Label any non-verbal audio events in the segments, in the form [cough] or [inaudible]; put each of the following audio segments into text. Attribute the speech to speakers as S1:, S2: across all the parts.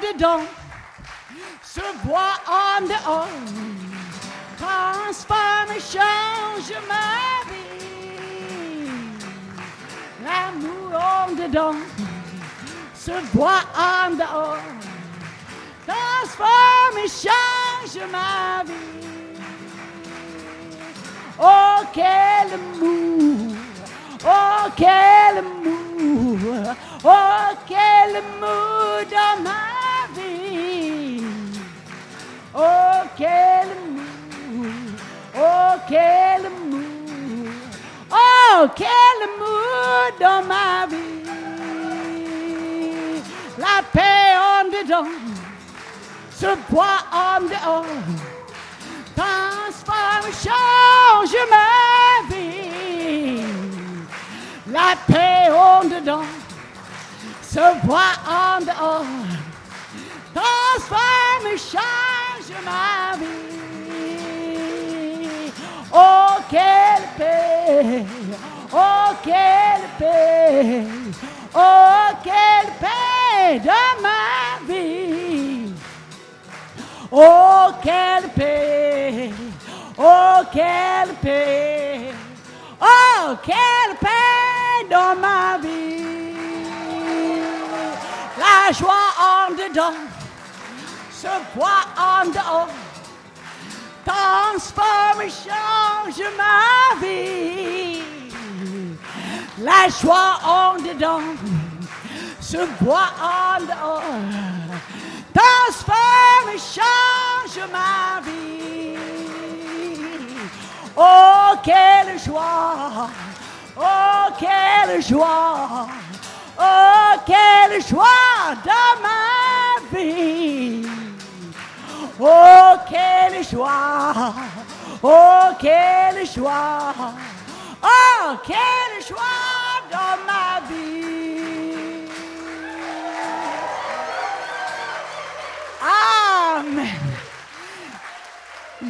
S1: dedans se voit en dehors, transforme, change ma vie. L'amour en dedans se voit en dehors, transforme, change ma vie. Oh, quel amour! Oh, quel amour! Oh, quel amour dans ma vie! Oh, quel amour! Oh, quel amour! Oh, quel amour dans ma vie! La paix en dedans, ce bois en dehors transforme, change ma vie. La paix en dedans se voit en dehors. Transforme, change ma vie. Oh, quelle paix! Oh, quelle paix! Oh, quelle paix de ma vie! Oh, quelle paix! Oh, quelle paix! Oh, quelle paix dans ma vie! La joie en dedans se voit en dehors. Transforme, change ma vie. La joie en dedans se voit en dehors transforme, change ma vie. Oh, quelle joie! Oh, quelle joie! Oh, quelle joie dans ma vie! Oh, quelle joie! Oh, quelle joie! Oh, quelle joie dans ma vie! Amen.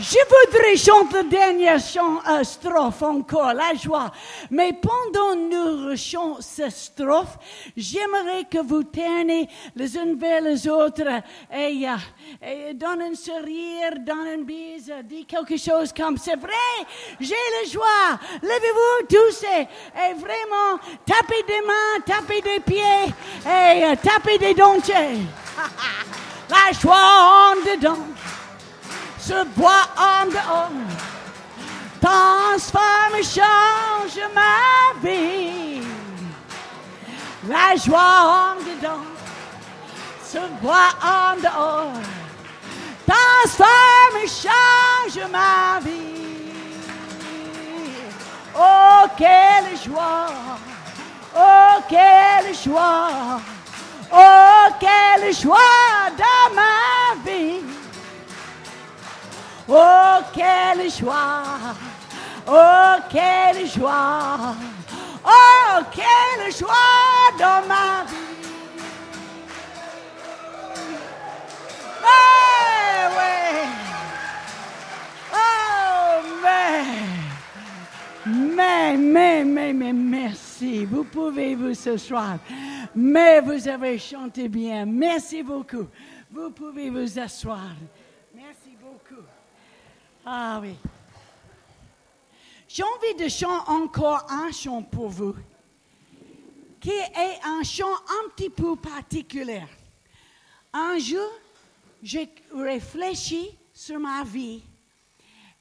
S1: Je voudrais chanter la dernière chan- euh, strophe encore, la joie. Mais pendant que nous chantons cette strophe, j'aimerais que vous tourniez les uns vers les autres et, euh, et donne un sourire, donne une bise, euh, dis quelque chose comme c'est vrai, j'ai la joie. Levez-vous tous et, et vraiment tapez des mains, tapez des pieds et euh, tapez des dentiers. [laughs] la joie en dedans se bois en dehors. Transforme, change ma vie. La joie en dedans se bois en dehors. Transforme, change ma vie. Oh, quelle joie! Oh, quelle joie! Oh, quelle joie dans ma vie! Oh, quelle joie! Oh, quelle joie! Oh, quelle joie dans ma vie! Ouais, Eh, ouais. Oh, mais, mais, mais, mais, mais, merci. Vous pouvez vous ce soir. Mais vous avez chanté bien. Merci beaucoup. Vous pouvez vous asseoir. Merci beaucoup. Ah oui. J'ai envie de chanter encore un chant pour vous, qui est un chant un petit peu particulier. Un jour, j'ai réfléchi sur ma vie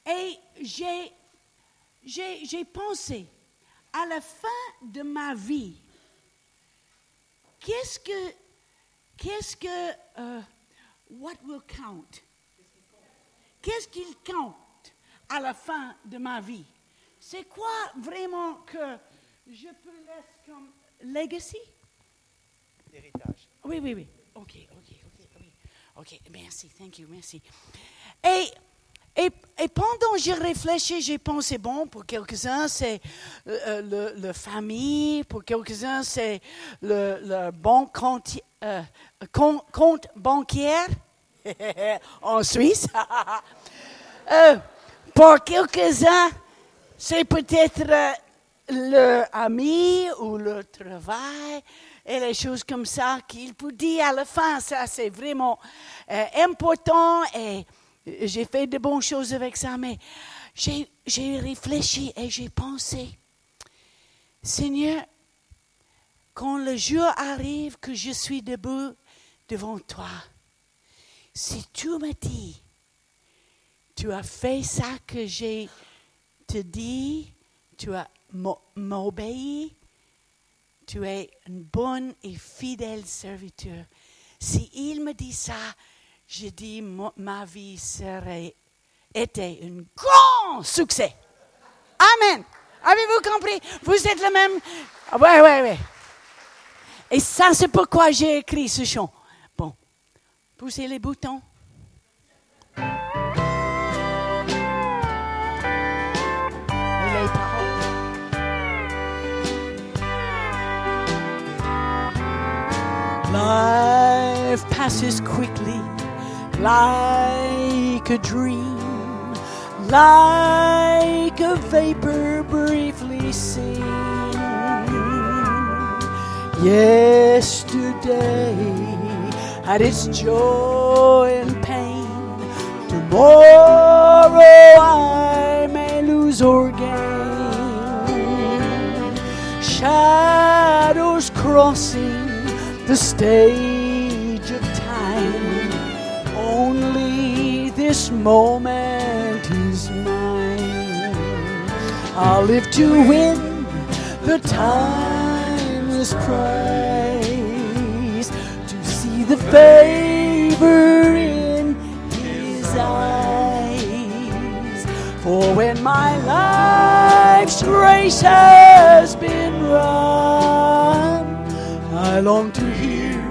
S1: et j'ai, j'ai, j'ai pensé à la fin de ma vie, qu'est-ce que, qu'est-ce que, euh, what will count? Qu'est-ce qu'il compte à la fin de ma vie C'est quoi vraiment que je peux laisser comme legacy
S2: Héritage.
S1: Oui, oui, oui. OK, OK, OK, oui. OK, merci, thank you, merci. Et, et, et pendant que j'ai réfléchi, j'ai pensé, bon, pour quelques-uns, c'est euh, le, le famille, pour quelques-uns, c'est le, le bon compte, euh, com- compte bancaire [laughs] en Suisse. [laughs] Euh, pour quelques-uns, c'est peut-être euh, leur ami ou leur travail. et les choses comme ça qu'il vous dit à la fin. Ça, c'est vraiment euh, important et euh, j'ai fait de bonnes choses avec ça, mais j'ai j'ai réfléchi et j'ai pensé, Seigneur, quand le jour arrive que je suis debout devant toi, si tu me dis, tu as fait ça que j'ai te dit, tu as m'o- m'obéi, tu es un bon et fidèle serviteur. Si il me dit ça, je dis mo- ma vie serait était un grand succès. Amen. Avez-vous compris? Vous êtes le même. Ah, Ouais, ouais, ouais. Et ça, c'est pourquoi j'ai écrit ce chant. Bon, poussez les boutons. Et les paroles. Life passes quickly, like a dream, like a vapor briefly seen. Yesterday had its joy and pain. Tomorrow I may lose or gain. Shadows crossing the stage of time. Only this moment is mine. I'll live to win the timeless prize to see the favor in his eyes. For when my life's race has been run, I long to hear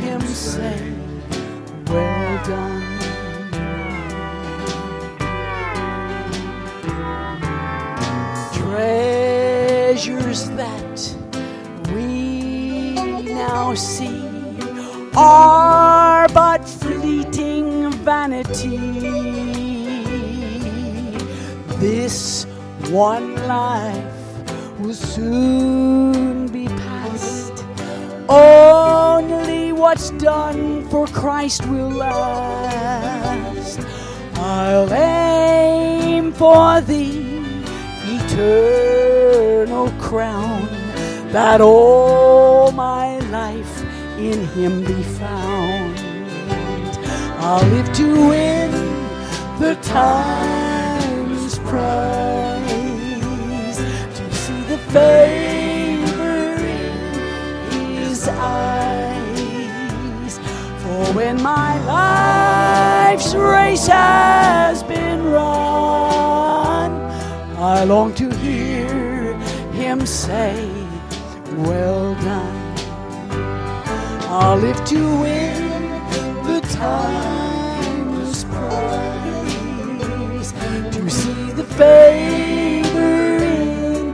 S1: him say, Well done. treasures that we now see are but fleeting vanity. This one life will soon be past. Only what's done for Christ will last. I'll aim for thee eternal crown that all my life in him be found i'll live to win the time's prize to see the favor in his eyes for when my life's race has been run, I long to hear him say, Well done. I'll live to win the time's prize to see the favor in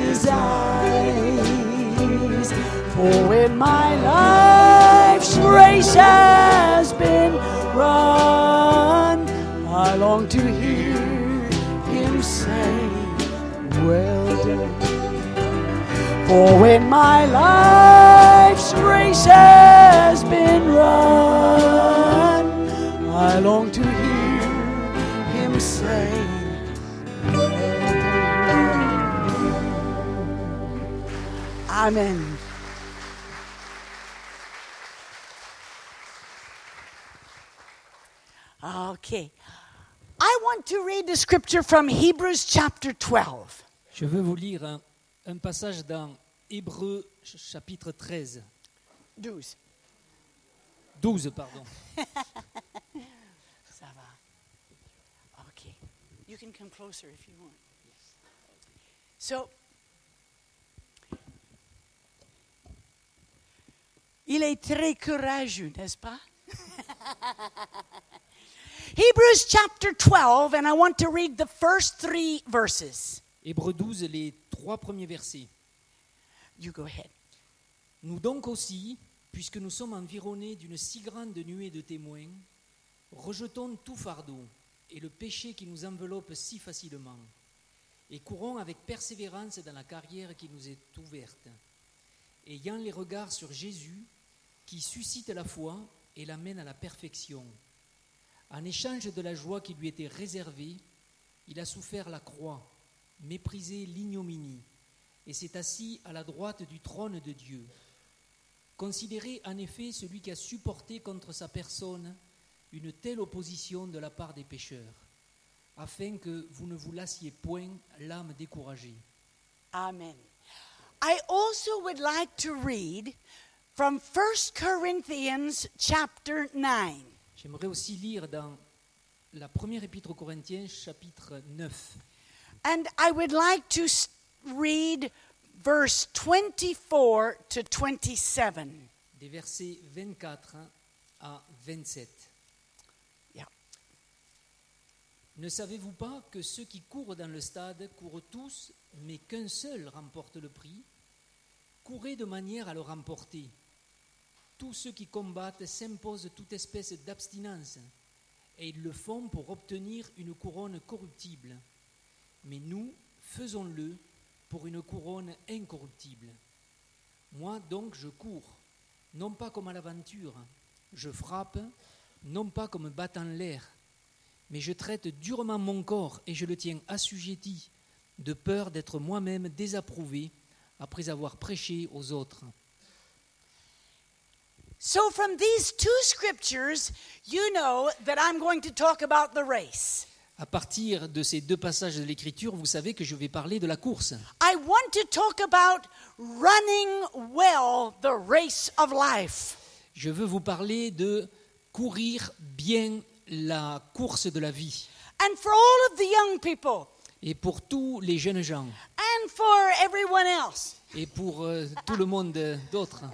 S1: his eyes. For when my life's race has been run, I long to hear him say, Well done. For when my life's race has been run, I long to hear him say, Amen. Okay. I want to read the scripture from Hebrews chapter 12.
S3: Je veux vous lire un, un passage dans Hébreux ch- chapitre 13,
S1: 12.
S3: 12 pardon.
S1: Ça va. Okay. You can come closer if you want. So, il est très courageux, n'est-ce pas? Hebrews chapter 12, and I want to read the first three verses.
S3: Hébreux 12, les trois premiers versets.
S1: You go ahead.
S3: Nous donc aussi, puisque nous sommes environnés d'une si grande nuée de témoins, rejetons tout fardeau et le péché qui nous enveloppe si facilement, et courons avec persévérance dans la carrière qui nous est ouverte, ayant les regards sur Jésus, qui suscite la foi et l'amène à la perfection. En échange de la joie qui lui était réservée, il a souffert la croix, méprisé l'ignominie, et s'est assis à la droite du trône de Dieu. Considérez en effet celui qui a supporté contre sa personne une telle opposition de la part des pécheurs, afin que vous ne vous lassiez point l'âme découragée.
S4: Amen. I also would like to read from 1 Corinthians chapter 9.
S3: J'aimerais aussi lire dans la première épître aux Corinthiens, chapitre 9,
S4: And I would like to s- read verse 24 to 27.
S3: des versets 24 à 27.
S4: Yeah.
S3: Ne savez-vous pas que ceux qui courent dans le stade courent tous, mais qu'un seul remporte le prix Courez de manière à le remporter. Tous ceux qui combattent s'imposent toute espèce d'abstinence, et ils le font pour obtenir une couronne corruptible. Mais nous, faisons-le pour une couronne incorruptible. Moi donc je cours, non pas comme à l'aventure, je frappe, non pas comme battant l'air, mais je traite durement mon corps et je le tiens assujetti, de peur d'être moi-même désapprouvé après avoir prêché aux autres.
S4: So, from these two scriptures, you know that I'm going to talk about the race.
S3: À partir de ces deux passages de l'Écriture, vous savez que je vais parler de la course.
S4: I want to talk about running well the race of life.
S3: Je veux vous parler de courir bien la course de la vie.
S4: And for all of the young people,
S3: Et pour tous les jeunes gens,
S4: and for everyone else,
S3: et pour euh, tout le monde euh, d'autre,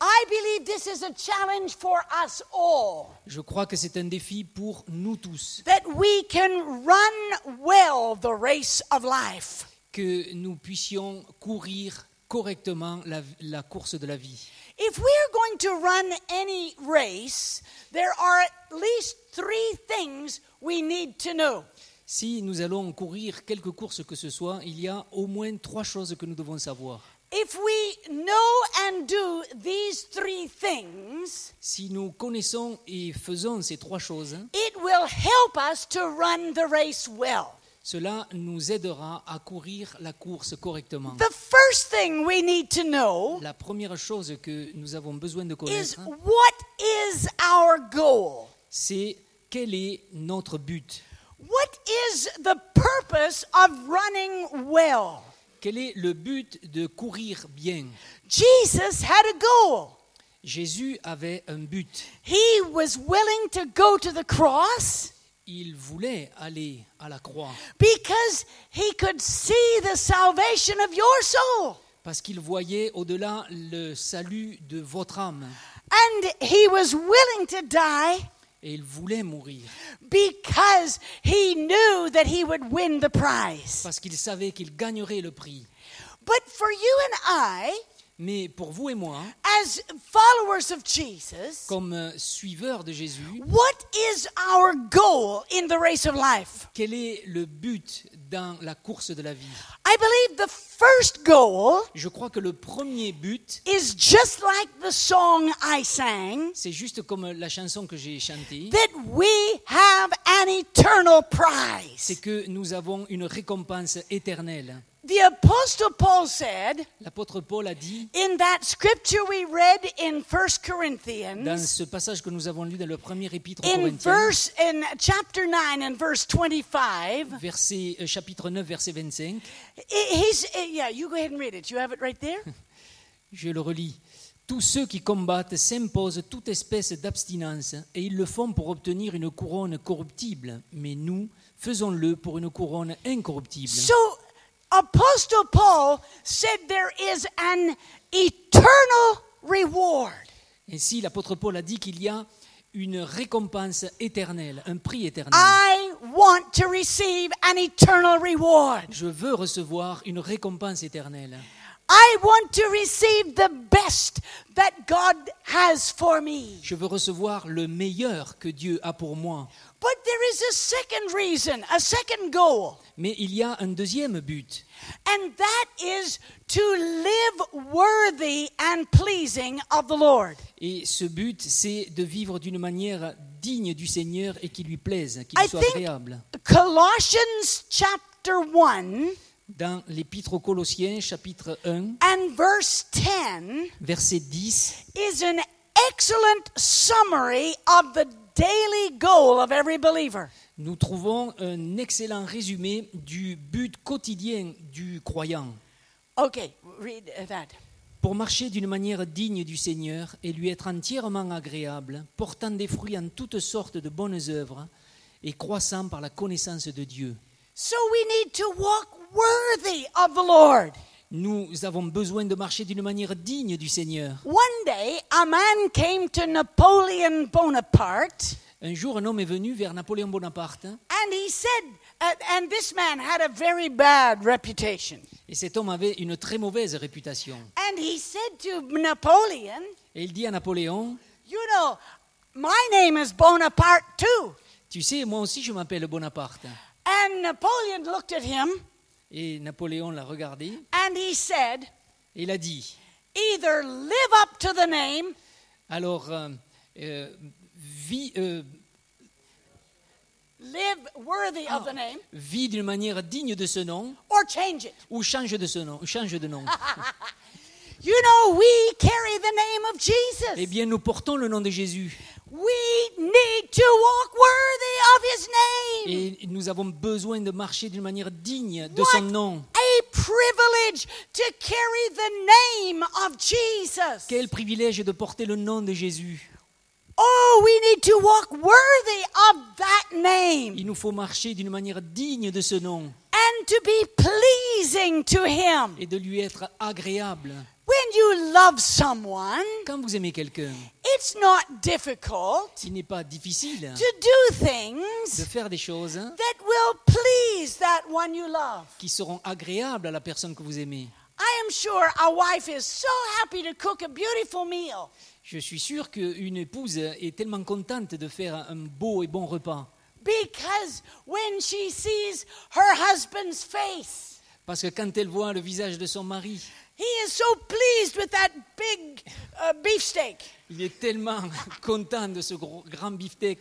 S4: I believe this is a challenge for us all
S3: je crois que c'est un défi pour nous tous,
S4: that we can run well the race of life.
S3: que nous puissions courir correctement la, la course de la vie.
S4: If we're going to run any race, there are at least three things we need to know.
S3: Si nous allons courir quelque course que ce soit, il y a au moins trois choses que nous devons savoir.
S4: If we know and do these three things,
S3: Si nous connaissons et faisons ces trois choses, hein,
S4: it will help us to run the race well.
S3: cela nous aidera à courir la course correctement.
S4: The first thing we need to know
S3: La première chose que nous avons besoin de
S4: is
S3: connaître,
S4: what is our goal?
S3: c'est quel est notre but.
S4: What is the purpose of running well?
S3: Quel est le but de courir bien
S4: Jesus had a goal.
S3: Jésus avait un but.
S4: He was willing to go to the cross
S3: Il voulait aller à la croix
S4: because he could see the salvation of your soul.
S3: parce qu'il voyait au-delà le salut de votre âme
S4: And he was willing to die
S3: et il voulait mourir
S4: because he knew that he would win the prize.
S3: parce qu'il savait qu'il gagnerait le prix.
S4: But for you and I,
S3: Mais pour vous et moi,
S4: as followers of Jesus,
S3: comme euh, suiveurs de Jésus,
S4: what is our goal in the race of life?
S3: quel est le but dans la course de la vie
S4: I believe the first goal
S3: Je crois que le premier but,
S4: is just like the song I sang
S3: c'est juste comme la chanson que j'ai chantée,
S4: that we have an eternal
S3: c'est
S4: prize.
S3: que nous avons une récompense éternelle.
S4: The Apostle Paul said
S3: L'apôtre Paul a dit
S4: in that scripture we read in 1
S3: dans
S4: Corinthians,
S3: ce passage que nous avons lu dans le premier épître aux
S4: in
S3: Corinthiens,
S4: verse in chapter 9 and verse 25
S3: verset, euh, chapitre 9, verset 25,
S4: i- he's i- yeah you go ahead and read it you have it right there
S3: je le relis. Tous ceux qui combattent s'imposent toute espèce d'abstinence, et ils le font pour obtenir une couronne corruptible, mais nous faisons-le pour une couronne incorruptible.
S4: so apostle paul said there is an eternal reward
S3: Ainsi, l'apôtre Paul a dit qu'il y a une récompense éternelle, un prix éternel.
S4: i want to receive an eternal reward
S3: Je veux recevoir une récompense éternelle.
S4: I want to receive the best that God has for me.
S3: Je veux recevoir le meilleur que Dieu a pour moi.
S4: But there is a second reason, a second goal,
S3: Mais il y a un deuxième but,
S4: and that is to live worthy and pleasing of the Lord.
S3: et ce but, c'est de vivre d'une manière digne du Seigneur et qui lui plaise, qui
S4: I
S3: lui soit
S4: think-
S3: agréable.
S4: Colossians chapter 1
S3: Dans l'Épître aux Colossiens, chapitre 1,
S4: and verse 10
S3: verset 10,
S4: is an excellent summary of the daily goal of every believer.
S3: nous trouvons un excellent résumé du but quotidien du croyant.
S4: Okay, read uh, that.
S3: Pour marcher d'une manière digne du Seigneur et lui être entièrement agréable, portant des fruits en toutes sortes de bonnes œuvres et croissant par la connaissance de Dieu.
S4: So we need to walk worthy of the Lord.
S3: Nous avons besoin de marcher d'une manière digne du Seigneur.
S4: One day, a man came to Napoleon Bonaparte
S3: Un jour, un homme est venu vers Napoléon Bonaparte hein,
S4: and he said, uh, and this man had a very bad reputation.
S3: et cet homme avait une très mauvaise réputation.
S4: And he said to Napoleon,
S3: Et il dit à Napoléon,
S4: You know, my name is Bonaparte too.
S3: tu sais, moi aussi je m'appelle Bonaparte.
S4: And Napoleon looked at him
S3: Et Napoléon l'a regardé
S4: and he said,
S3: et il a dit,
S4: Either live up to the name
S3: alors, euh, euh, vis, euh,
S4: live worthy of
S3: Oh.
S4: the name
S3: vis d'une manière digne de ce nom
S4: or change it.
S3: ou change de ce nom, change de nom.
S4: You know, we carry the name of
S3: Eh
S4: Jesus.
S3: bien, nous portons le nom de Jésus
S4: We need to walk worthy of his name.
S3: et nous avons besoin de marcher d'une manière digne de
S4: What
S3: son nom.
S4: a privilege to carry the name of Jesus.
S3: Quel privilège de porter le nom de Jésus.
S4: Oh, we need to walk worthy of that name
S3: Il nous faut marcher d'une manière digne de ce nom
S4: and to be pleasing to him.
S3: et de lui être agréable.
S4: When you love someone,
S3: Quand vous aimez quelqu'un,
S4: it's not difficult
S3: il n'est pas difficile
S4: to do
S3: de
S4: things
S3: faire des choses hein,
S4: that will please that one you love.
S3: qui seront agréables à la personne que vous aimez.
S4: I am sure our wife is so happy to cook a beautiful meal,
S3: Je suis sûr qu'une épouse est tellement contente de faire un beau et bon repas.
S4: Because when she sees her husband's face,
S3: Parce que quand elle voit le visage de son mari,
S4: he is so pleased with that big uh, beefsteak.
S3: il est tellement [laughs] content de ce gros- grand beefsteak.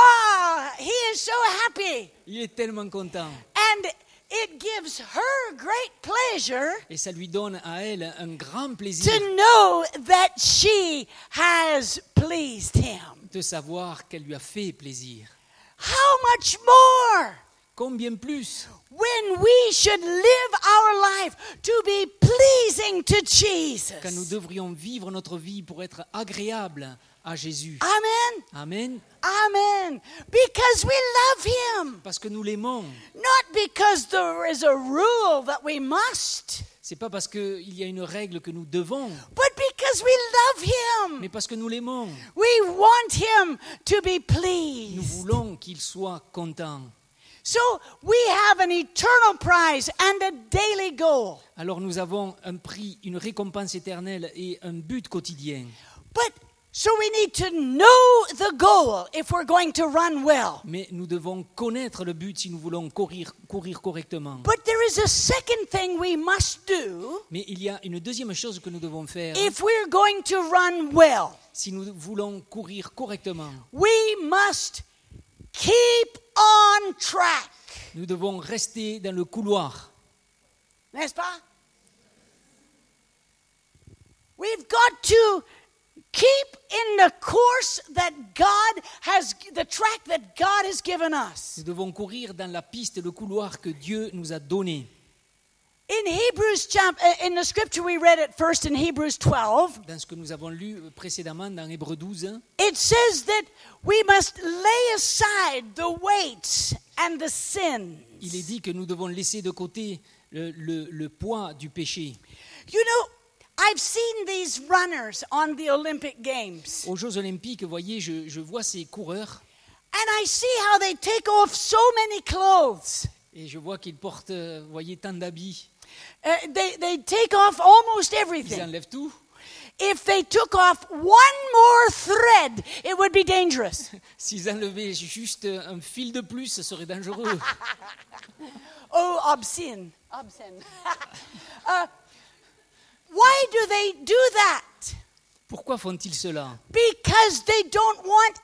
S4: Ah, he is so happy.
S3: Il est tellement content.
S4: And it gives her great pleasure
S3: Et ça lui donne à elle un grand plaisir
S4: to know that she has pleased him.
S3: de savoir qu'elle lui a fait plaisir.
S4: How much more
S3: Combien plus
S4: when we should live our life to be pleasing to Jesus?
S3: quand nous devrions vivre notre vie pour être agréable à Jésus.
S4: Amen.
S3: Amen.
S4: Amen. Because we love him.
S3: Parce que nous l'aimons.
S4: Not because there is a rule that we must,
S3: C'est pas parce qu'il y a une règle que nous devons,
S4: but because we love him.
S3: mais parce que nous l'aimons.
S4: We want him to be
S3: Nous
S4: pleased.
S3: voulons qu'il soit content.
S4: So we have an eternal prize and a daily goal.
S3: Alors nous avons un prix, une récompense éternelle et un but quotidien.
S4: But so we need to know the goal if we're going to run well.
S3: Mais nous devons connaître le but si nous voulons courir, courir correctement.
S4: But there is a second thing we must do
S3: Mais il y a une deuxième chose que nous devons faire
S4: if we're going to run well.
S3: si nous voulons courir correctement.
S4: We must keep on track.
S3: Nous devons rester dans le couloir.
S4: N'est-ce pas? We've got to keep in the course that God has, the track that God has given us.
S3: Nous devons courir dans la piste, le couloir que Dieu nous a donné.
S4: In Hebrews, chap- uh, in the scripture we read at first in Hebrews 12,
S3: Dans ce que nous avons lu euh, précédemment dans Hébreux 12, hein,
S4: it says that we must lay aside the weights and the sin.
S3: il est dit que nous devons laisser de côté le, le- le poids du péché.
S4: You know, I've seen these runners on the Olympic Games.
S3: Aux Jeux Olympiques, voyez, je, je vois ces coureurs
S4: And I see how they take off so many clothes.
S3: et je vois qu'ils portent, euh, voyez, tant d'habits.
S4: Uh, they, they take off almost
S3: Ils
S4: everything.
S3: enlèvent tout.
S4: If they took off one more thread, it would be dangerous.
S3: S'ils enlevaient juste un fil de plus, ce serait dangereux.
S4: [laughs] Oh, obscene. Obscene. [laughs] Uh, why do they do that?
S3: Pourquoi font-ils cela
S4: Because they don't want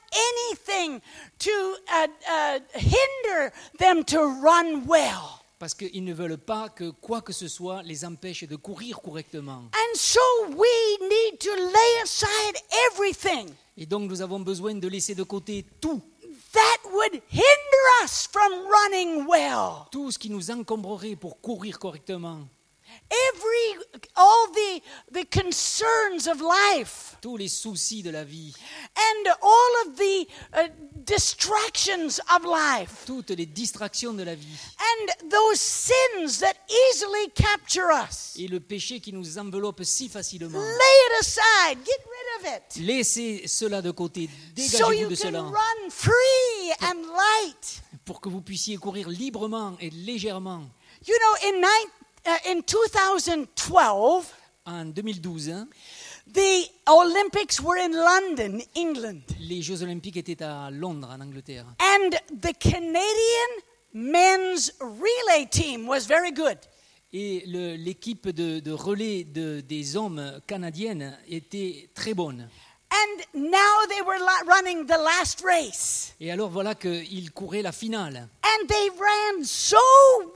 S4: anything to uh, uh, hinder them to run well.
S3: Parce qu'ils ne veulent pas que quoi que ce soit les empêche de courir correctement.
S4: And so we need to lay aside everything
S3: Et donc nous avons besoin de laisser de côté tout,
S4: that would hinder us from running well.
S3: tout ce qui nous encombrerait pour courir correctement.
S4: Every all the the concerns of life
S3: Tous les soucis de la vie,
S4: and all of the uh, distractions of life
S3: toutes les distractions de la vie
S4: and those sins that easily capture us.
S3: et le péché qui nous enveloppe si facilement.
S4: Lay it aside. Get rid of it.
S3: Laissez cela de côté,
S4: So
S3: dégagez-vous
S4: you
S3: de
S4: can
S3: cela
S4: run free and light.
S3: pour que vous puissiez courir librement et légèrement.
S4: You know, in, nine, uh, in 2012,
S3: En 2012, hein,
S4: the Olympics were in London, England.
S3: les Jeux Olympiques étaient à Londres, en Angleterre.
S4: And the Canadian men's relay team was very good.
S3: Et le- l'équipe de, de relais de- des hommes canadiennes était très bonne.
S4: And now they were la- running the last race.
S3: Et alors voilà qu'ils couraient la finale.
S4: And they ran so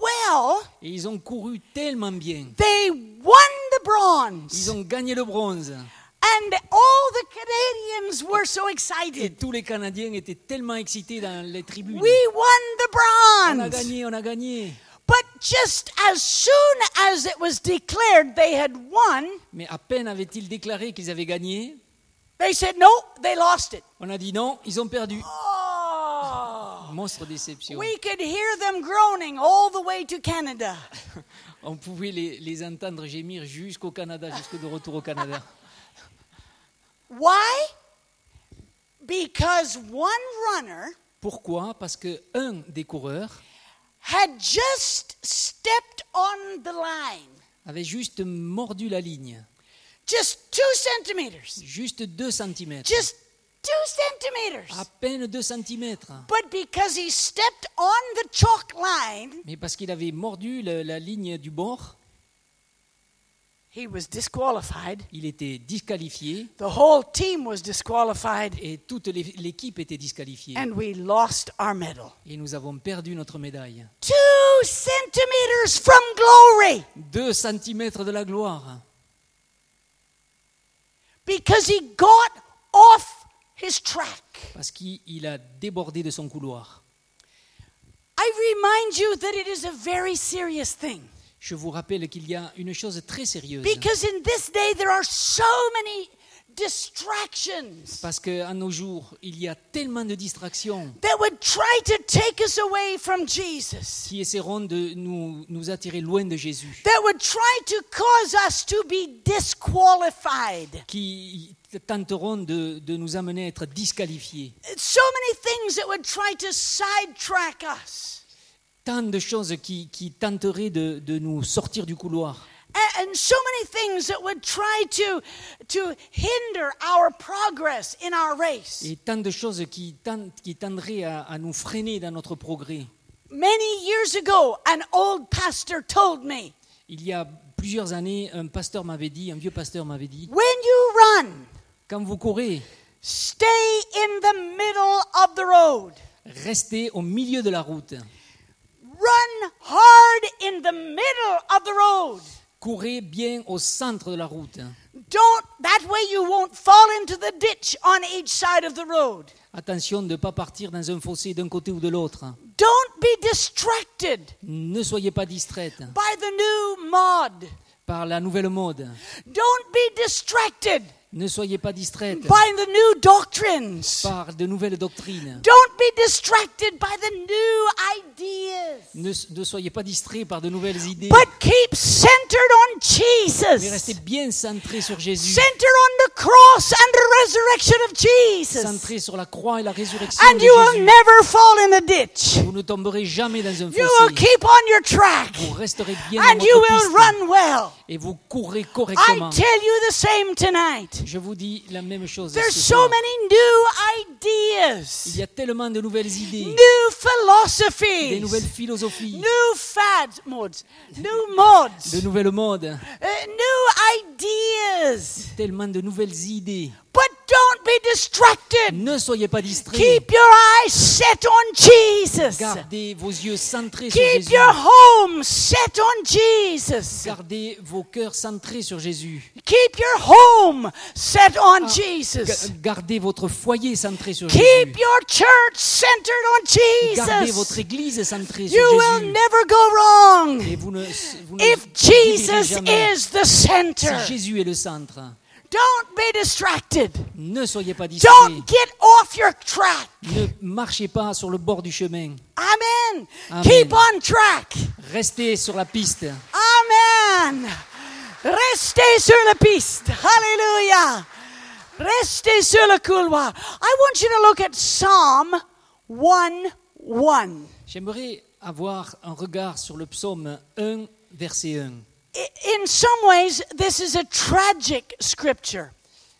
S4: well,
S3: Et ils ont couru tellement bien.
S4: they won the bronze.
S3: Ils ont gagné le bronze.
S4: And all the Canadians were so excited.
S3: Et tous les Canadiens étaient tellement excités dans les tribunes.
S4: We won the
S3: on a
S4: bronze.
S3: gagné, on a gagné.
S4: But just as soon as it was declared they had won,
S3: Mais à peine avaient-ils déclaré qu'ils avaient gagné,
S4: they said, no, they lost it.
S3: on a dit non, ils ont perdu.
S4: Oh!
S3: Monstre déception.
S4: We could hear them groaning all the way to Canada.
S3: [laughs] On pouvait les, les entendre gémir jusqu'au Canada, jusque de retour au Canada.
S4: Why? Because one runner
S3: Pourquoi Parce que un des coureurs
S4: had just stepped on the line,
S3: avait juste mordu la ligne,
S4: just two centimeters,
S3: juste 2 cm.
S4: just two centimeters.
S3: À peine 2 cm.
S4: But because he stepped on the chalk line,
S3: Mais parce qu'il avait mordu la, la ligne du bord,
S4: He was disqualified.
S3: il était disqualifié
S4: The whole team was disqualified,
S3: et toute l'é- l'équipe était disqualifiée.
S4: and we lost our medal.
S3: Et nous avons perdu notre médaille.
S4: Two centimeters from glory
S3: 2 cm de la gloire.
S4: because he got off his track.
S3: Parce qu'il il a débordé de son couloir.
S4: I remind you that it is a very serious thing
S3: Je vous rappelle qu'il y a une chose très sérieuse.
S4: because in this day there are so many distractions
S3: Parce qu'à nos jours, il y a tellement de distractions
S4: that would try to take us away from Jesus,
S3: qui essaieront de nous, nous attirer loin de Jésus,
S4: that would try to cause us to be disqualified.
S3: qui tenteront de, de nous amener à être disqualifiés.
S4: so many things that would try to sidetrack us.
S3: Tant de choses qui, qui tenteraient de, de nous sortir du couloir.
S4: A- And so many things that would try to, to hinder our progress in our race.
S3: Et tant de choses qui, tent- qui tendraient à, à nous freiner dans notre progrès.
S4: Many years ago, an old pastor told me
S3: Il y a plusieurs années, un pasteur m'avait dit, un vieux pasteur m'avait dit,
S4: when you run,
S3: quand vous courez,
S4: stay in the middle of the road,
S3: restez au milieu de la route.
S4: run hard in the middle of the road.
S3: Courez bien au centre de la route.
S4: Don't, that way you won't fall into the ditch on each side of the road.
S3: Attention de ne pas partir dans un fossé d'un côté ou de l'autre.
S4: Don't be distracted
S3: Ne soyez pas distraite
S4: by the new mod.
S3: par la nouvelle mode.
S4: Don't be distracted
S3: Ne soyez pas distraite
S4: by the new doctrines.
S3: par de nouvelles doctrines.
S4: Don't be distracted by the new ideas,
S3: Ne, ne soyez pas distrait par de nouvelles idées,
S4: but keep centered on
S3: mais restez
S4: Jesus.
S3: bien centré sur Jésus,
S4: Center on the cross and the resurrection of Jesus.
S3: centré sur la croix et la résurrection
S4: And
S3: de
S4: you will
S3: Jésus.
S4: never fall in the ditch.
S3: Vous ne tomberez jamais dans un
S4: You will
S3: fossé.
S4: keep on your track.
S3: Vous resterez bien dans
S4: And you
S3: votre
S4: will
S3: piste
S4: run well.
S3: et vous courez
S4: I
S3: correctement.
S4: tell you the same tonight.
S3: Je vous dis la même chose.
S4: There's
S3: ce
S4: so
S3: soir.
S4: many new
S3: Il
S4: ideas,
S3: y a tellement de nouvelles idées,
S4: new
S3: des nouvelles
S4: philosophies,
S3: philosophies,
S4: new fads, modes, new mods,
S3: de nouvelles modes,
S4: uh, new ideas.
S3: tellement de nouvelles idées.
S4: But don't be distracted.
S3: Ne soyez pas distraits.
S4: Keep your eyes set on Jesus.
S3: Gardez vos yeux centrés sur
S4: Keep
S3: Jésus.
S4: your home set on Jesus.
S3: Gardez vos cœurs centrés sur Jésus.
S4: Keep your home set on
S3: Ga-
S4: Jesus.
S3: Gardez votre foyer centré sur Jésus.
S4: Keep your church centered on
S3: Gardez votre
S4: Jesus.
S3: église centrée sur
S4: You will
S3: Jésus.
S4: never go wrong
S3: Et vous ne, vous ne
S4: if
S3: vous dividerez [laughs]
S4: Jesus
S3: jamais.
S4: is the center.
S3: Si Jésus est le centre,
S4: Don't be distracted.
S3: ne soyez pas distraits.
S4: Don't get off your track.
S3: Ne marchez pas sur le bord du chemin.
S4: Amen.
S3: Amen.
S4: Keep on track.
S3: Restez sur la piste.
S4: Amen. Restez sur la piste. Hallelujah. Restez sur le couloir. I want you to look at Psalm 1 1.
S3: J'aimerais avoir un regard sur le psaume 1, verset 1.
S4: In some ways, this is a tragic scripture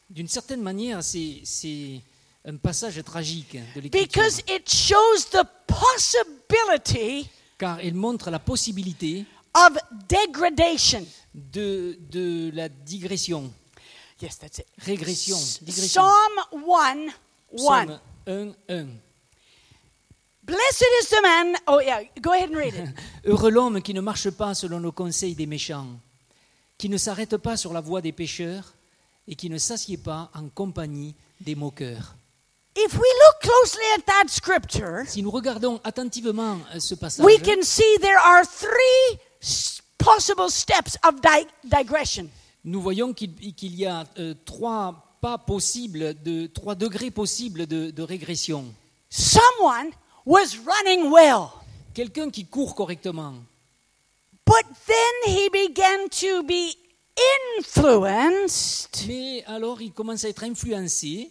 S3: D'une certaine manière, c'est- c'est un passage tragique de l'Écriture,
S4: because it shows the possibility
S3: car il montre la possibilité
S4: of degradation.
S3: de, de la digression.
S4: Yes, that's it.
S3: Régression, digression.
S4: Psalm 1 1.
S3: Psaume 1, 1.
S4: Blessed is the man. Oh, yeah, go ahead and read [laughs] it.
S3: Heureux l'homme qui ne marche pas selon le conseil des méchants, qui ne s'arrête pas sur la voie des pécheurs et qui ne s'assied pas en compagnie des moqueurs.
S4: If we look closely at that scripture,
S3: Si nous regardons attentivement euh, ce passage,
S4: we can see there are three s- possible steps of di- digression.
S3: nous voyons qu'il qu'il y a euh, trois pas possibles, de, trois degrés possibles de, de régression.
S4: Someone was running well,
S3: Quelqu'un qui court correctement,
S4: but then he began to be influenced
S3: mais alors il commence à être influencé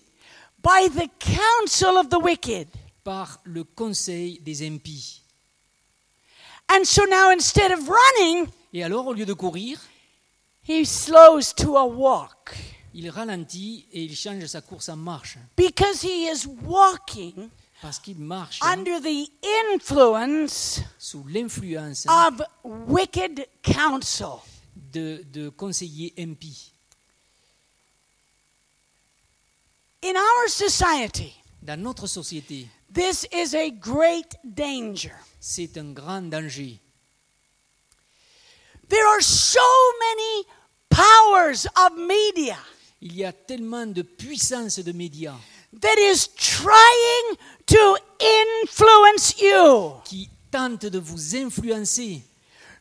S4: by the counsel of the wicked.
S3: par le conseil des impies.
S4: And so now instead of running,
S3: Et alors, au lieu de courir,
S4: he slows to a walk
S3: il ralentit et il change sa course en marche,
S4: because he is walking
S3: parce qu'il marche
S4: under the influence
S3: sous l'influence
S4: of wicked counsel.
S3: de, de conseillers impies.
S4: In our society,
S3: Dans notre société,
S4: this is a great danger.
S3: c'est un grand danger.
S4: There are so many powers of media
S3: Il y a tellement de puissance de médias
S4: that is trying to influence you,
S3: qui tentent de vous influencer,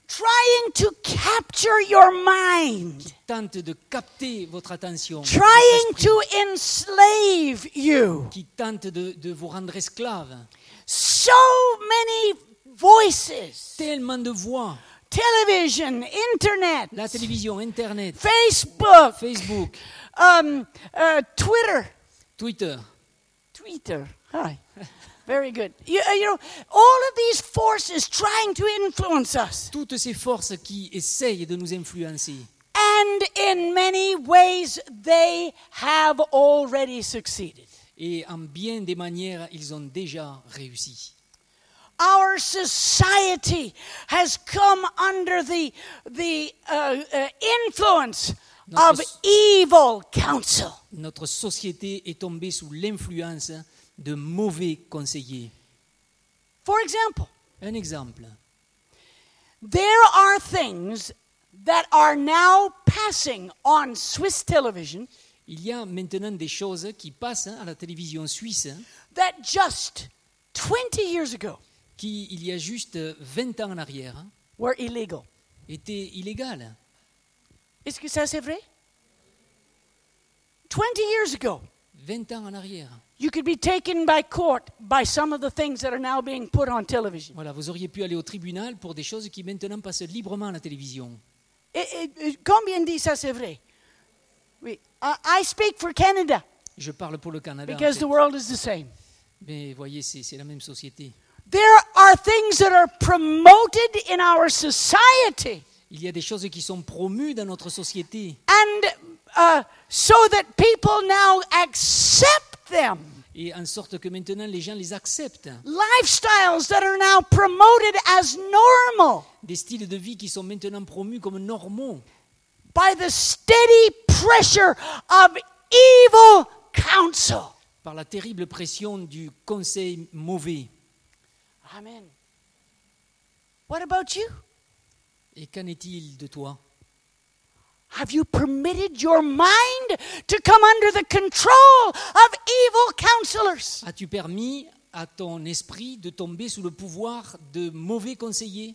S4: trying to capture your mind,
S3: tentent de capter votre attention, votre
S4: trying
S3: esprit,
S4: to enslave you.
S3: qui tentent de, de vous rendre esclave.
S4: So many voices
S3: Tellement de voix,
S4: television, internet,
S3: la télévision, Internet,
S4: Facebook,
S3: Facebook,
S4: um, uh, Twitter.
S3: Twitter,
S4: Twitter. Hi. [laughs] Very good. You, uh, you know, all of these forces trying to influence us.
S3: toutes ces forces qui essayent de nous influencer.
S4: And in many ways, they have already succeeded.
S3: Et en bien des manières, ils ont déjà réussi.
S4: Our society has come under the, the uh, uh, influence
S3: Not
S4: of
S3: us.
S4: evil counsel.
S3: Notre société est tombée sous l'influence de mauvais conseillers.
S4: For example,
S3: Un exemple,
S4: there are things that are now passing on Swiss television
S3: il y a maintenant des choses qui passent hein, à la télévision suisse hein,
S4: that just 20 years ago
S3: qui, il y a juste euh, 20 ans en arrière, hein,
S4: were illegal.
S3: étaient illégales.
S4: Est-ce que ça c'est vrai? 20 years ago,
S3: 20 ans en arrière.
S4: You could be taken by court by some of the things that are now being put on television.
S3: Voilà, vous auriez pu aller au tribunal pour des choses qui maintenant passent librement à la télévision.
S4: Et- et- et combien dit ça, c'est vrai? Oui. Uh, I speak for Canada
S3: Je parle pour le Canada. en
S4: because
S3: fait.
S4: the world is the same.
S3: Mais voyez, c'est c'est la même société.
S4: There are things that are promoted in our society,
S3: Il y a des choses qui sont promues dans notre société.
S4: and uh, so that people now accept them.
S3: Et en sorte que maintenant les gens les acceptent.
S4: Lifestyles that are now promoted as normal
S3: Des styles de vie qui sont maintenant promus comme normaux
S4: by the steady pressure of evil counsel.
S3: par la terrible pression du conseil mauvais.
S4: Amen. What about you?
S3: Et qu'en est-il de toi
S4: Have you permitted your mind to come under the control of evil counselors?
S3: As-tu permis à ton esprit de tomber sous le pouvoir de mauvais conseillers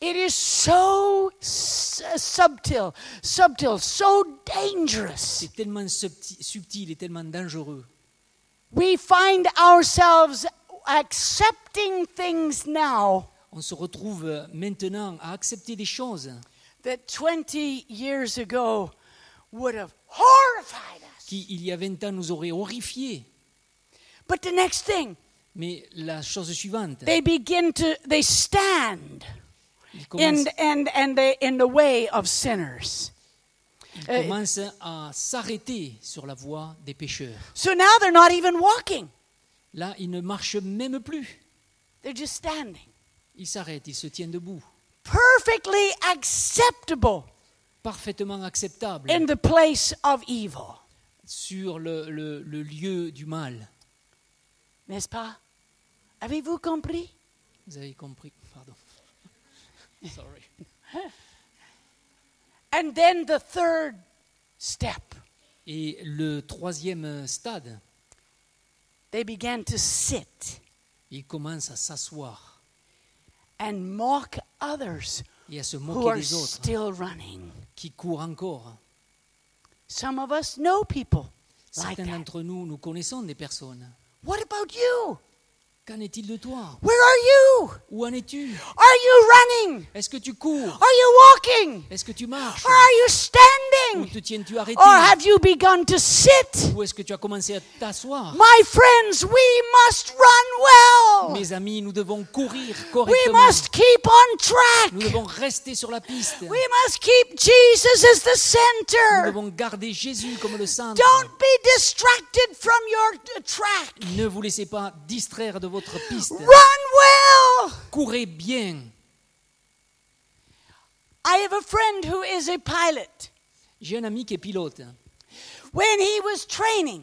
S4: It is so s- uh, subtle, subtle, so dangerous.
S3: C'est tellement subti- subtil et tellement dangereux.
S4: We find ourselves accepting things now
S3: On se retrouve maintenant à accepter des choses
S4: that 20 years ago would have horrified us.
S3: qui, il y a 20 ans, nous auraient horrifiés.
S4: But the next thing,
S3: Mais la chose suivante,
S4: they begin to they stand
S3: ils commencent,
S4: in and and they in the way of sinners.
S3: ils
S4: euh,
S3: commencent à s'arrêter sur la voie des pécheurs.
S4: So now they're not even walking.
S3: Là, ils ne marchent même plus.
S4: They're just standing.
S3: Ils s'arrêtent, ils se tiennent debout.
S4: Perfectly acceptable
S3: Parfaitement acceptable
S4: in the place of evil.
S3: sur le, le- le lieu du mal.
S4: N'est-ce pas? Avez-vous compris?
S3: Vous avez compris
S4: [laughs]
S3: Pardon. Sorry.
S4: And then the third step,
S3: Et le troisième stade,
S4: they began to sit
S3: ils commencent à s'asseoir
S4: and mock others
S3: et à se
S4: who
S3: moquer
S4: are
S3: des autres
S4: still running.
S3: qui courent encore.
S4: Some of us know people like
S3: Certains
S4: that.
S3: d'entre nous, nous connaissons des personnes.
S4: What about you?
S3: Qu'en est-il de toi
S4: Where are you?
S3: Où en es-tu
S4: Are you running?
S3: Est-ce que tu cours
S4: Are you walking?
S3: Est-ce que tu marches
S4: Or are you
S3: Où
S4: standing?
S3: te tiens-tu arrêté
S4: Or have you begun to sit?
S3: Où est-ce que tu as commencé à t'asseoir
S4: My friends, we must run well.
S3: Mes amis, nous devons courir
S4: We
S3: correctement.
S4: must keep on
S3: Nous
S4: track.
S3: devons rester sur la piste. Nous
S4: We must keep Jesus as the center.
S3: devons garder Jésus comme le centre.
S4: Don't be distracted from your uh, track.
S3: Ne vous laissez pas distraire de votre piste.
S4: Run well.
S3: Courez bien.
S4: I have a friend who is a pilot.
S3: J'ai un ami qui est pilote.
S4: When he was training,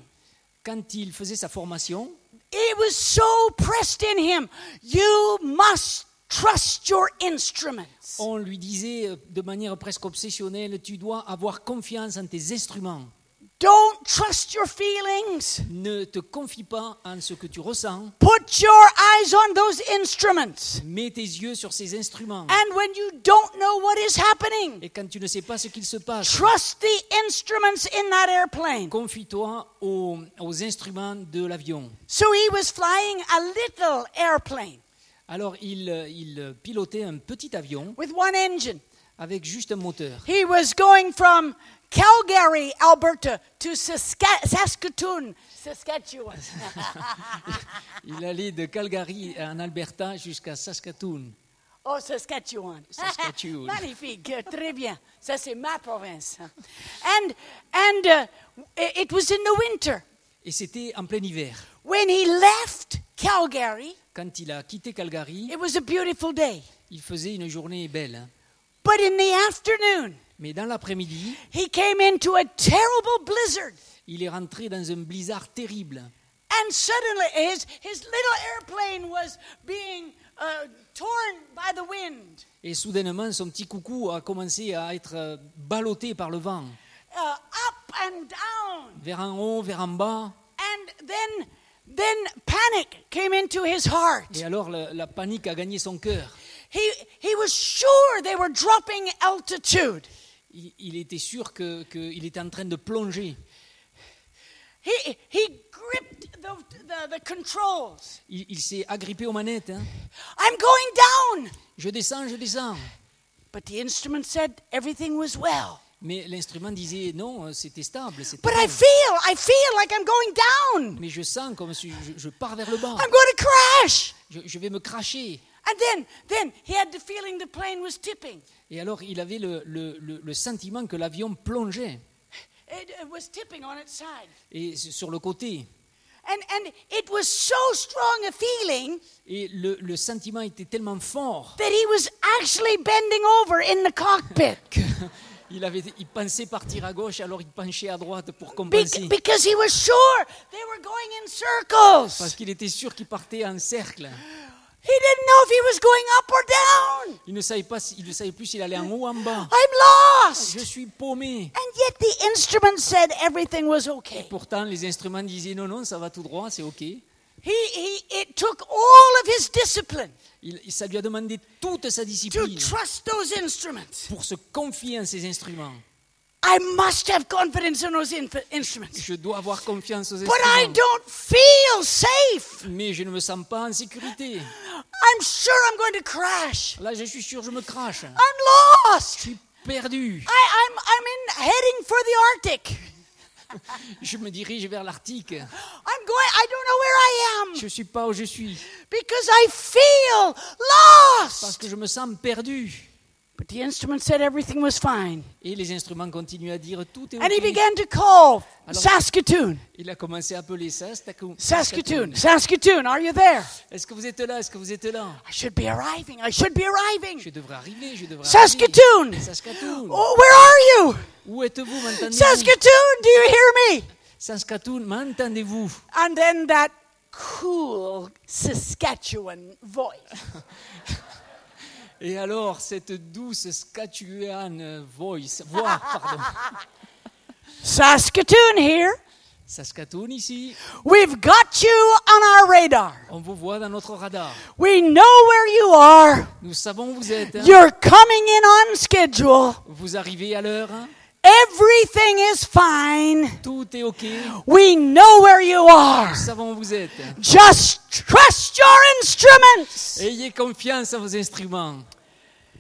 S3: Quand il faisait sa formation,
S4: it was so pressed in him. You must trust your instruments.
S3: on lui disait euh, de manière presque obsessionnelle, tu dois avoir confiance en tes instruments.
S4: Don't trust your feelings.
S3: Ne te confie pas en ce que tu ressens,
S4: Put your eyes on those instruments.
S3: mets tes yeux sur ces instruments.
S4: And when you don't know what is happening,
S3: Et quand tu ne sais pas ce qu'il se passe,
S4: trust the instruments in that airplane.
S3: confie-toi aux, aux instruments de l'avion.
S4: So he was flying a little airplane
S3: Alors il, euh, il pilotait un petit avion
S4: with one engine.
S3: avec juste un moteur.
S4: He was going from Calgary, Alberta to Saska- Saskatoon, Saskatchewan.
S3: Il allait de Calgary en Alberta jusqu'à Saskatoon.
S4: Oh, Saskatchewan.
S3: Saskatchewan.
S4: [laughs] Magnifique, très bien. Ça, c'est ma province. And, and uh, it was in the winter.
S3: Et c'était en plein hiver.
S4: When he left Calgary,
S3: Quand il a quitté Calgary,
S4: it was a beautiful day.
S3: il faisait une journée belle. hein.
S4: But in the afternoon,
S3: Mais dans l'après-midi,
S4: he came into a terrible blizzard.
S3: il est rentré dans un blizzard terrible.
S4: And suddenly, his, his little airplane was being uh, torn by the wind.
S3: Et soudainement, son petit coucou a commencé à être euh, ballotté par le vent,
S4: uh, up and down.
S3: vers en haut, vers en bas.
S4: And then, then panic came into his heart.
S3: Et alors, la, la panique a gagné son cœur.
S4: He, he was sure they were dropping altitude.
S3: Il, il était sûr qu'il était en train de plonger.
S4: He, he gripped the, the, the controls.
S3: Il, il s'est agrippé aux manettes. hein.
S4: I'm going down.
S3: Je descends, je descends.
S4: But the instrument said everything was well.
S3: Mais l'instrument disait non, euh, c'était stable. c'était
S4: But I
S3: bon.
S4: feel, I feel like I'm going down.
S3: Mais je sens comme si je, je pars vers le bas.
S4: I'm going to crash.
S3: Je, je vais me cracher.
S4: And then, then he had the feeling the plane was tipping.
S3: Et alors, il avait le, le- le- le sentiment que l'avion plongeait
S4: It, it was tipping on its side.
S3: et s- sur le côté.
S4: And, and it was so strong a feeling
S3: Et le, le sentiment était tellement fort [laughs]
S4: that he was actually bending over in the cockpit
S3: qu'il avait, il pensait partir à gauche, alors il penchait à droite pour
S4: [laughs] Bec-
S3: compenser.
S4: because he was sure they were going in circles.
S3: Parce qu'il était sûr qu'il partait en cercle.
S4: He didn't know if he was going up or down.
S3: Il ne savait, pas, si- il ne savait plus s'il allait en haut ou en bas.
S4: I'm lost.
S3: Je suis paumé.
S4: And yet the instrument said everything was okay.
S3: Pourtant, les instruments disaient non, non, ça va tout droit, c'est OK.
S4: He, he, it took all of his discipline
S3: Il, ça lui a demandé toute sa
S4: to
S3: discipline
S4: trust those instruments.
S3: pour se confier en ses instruments.
S4: I must have confidence in those inf- instruments.
S3: Je dois avoir confiance aux
S4: But I
S3: instruments.
S4: don't feel safe.
S3: Mais je ne me sens pas en sécurité.
S4: I'm sure I'm going to crash.
S3: Là, je suis sûr, je me crache.
S4: Ah. I'm
S3: Je
S4: lost.
S3: suis perdu.
S4: I, I'm, I'm in, heading for the Arctic.
S3: Je me dirige vers l'Arctique.
S4: I'm going, I don't know where I am
S3: Je suis pas où je suis
S4: because I feel
S3: parce
S4: lost.
S3: que je me sens perdu.
S4: But the instrument said everything was fine.
S3: Et les instruments continuent à dire tout est
S4: And he
S3: OK.
S4: began to call
S3: Alors-
S4: Saskatoon.
S3: Il a commencé à appeler ça Saskatoon.
S4: Saskatoon, Saskatoon, are you there?
S3: Est-ce que vous êtes là Est-ce que vous êtes là
S4: I should be arriving. I should be
S3: Je
S4: arriving.
S3: devrais arriver. Je devrais
S4: Saskatoon!
S3: arriver. Saskatoon.
S4: Oh, where are you?
S3: Où êtes-vous M'entendez-vous
S4: Saskatoon, do you hear me?
S3: Saskatoon, m'entendez-vous
S4: And then that cool Saskatchewan voice.
S3: Et alors, cette douce Saskatchewan voice, voix, pardon.
S4: Saskatoon here.
S3: Saskatoon ici,
S4: We've got you on our radar.
S3: on vous voit dans notre radar.
S4: We know where you are.
S3: Nous savons où vous êtes. hein.
S4: You're coming in on schedule.
S3: Vous arrivez à l'heure, hein.
S4: Everything is fine.
S3: tout est OK. Nous
S4: We know where you are.
S3: savons où vous êtes.
S4: Just trust your instruments.
S3: Ayez confiance à vos instruments.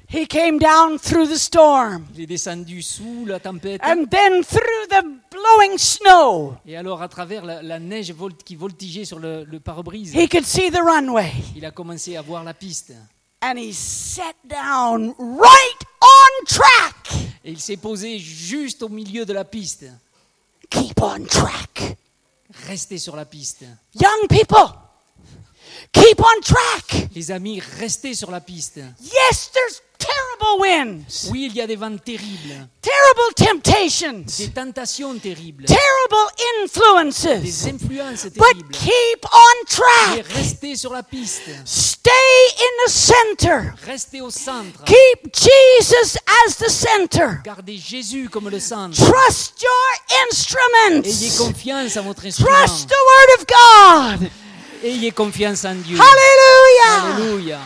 S4: He came down through the storm
S3: Il est descendu sous la tempête
S4: and then through the blowing snow.
S3: et alors à travers la, la neige vol- qui voltigeait sur le, le pare-brise.
S4: He could see the runway.
S3: Il a commencé à voir la piste
S4: and he sat down right on track.
S3: et il s'est posé juste au milieu de la piste.
S4: Keep on track.
S3: Restez sur la piste.
S4: Young people, keep on track.
S3: Les amis, restez sur la piste.
S4: Yes, there's terrible winds,
S3: Oui, il y a des vents terribles,
S4: terrible temptations,
S3: des tentations terribles,
S4: terrible influences,
S3: des influences
S4: but
S3: terribles.
S4: keep on
S3: Mais
S4: track.
S3: restez sur la piste.
S4: Stay in the center.
S3: Restez au centre.
S4: Keep Jesus as the center.
S3: Gardez Jésus comme le centre.
S4: Trust your
S3: Ayez
S4: instruments.
S3: confiance en votre instrument.
S4: Trust the Word of God.
S3: Ayez confiance en Dieu.
S4: Hallelujah.
S3: Alléluia.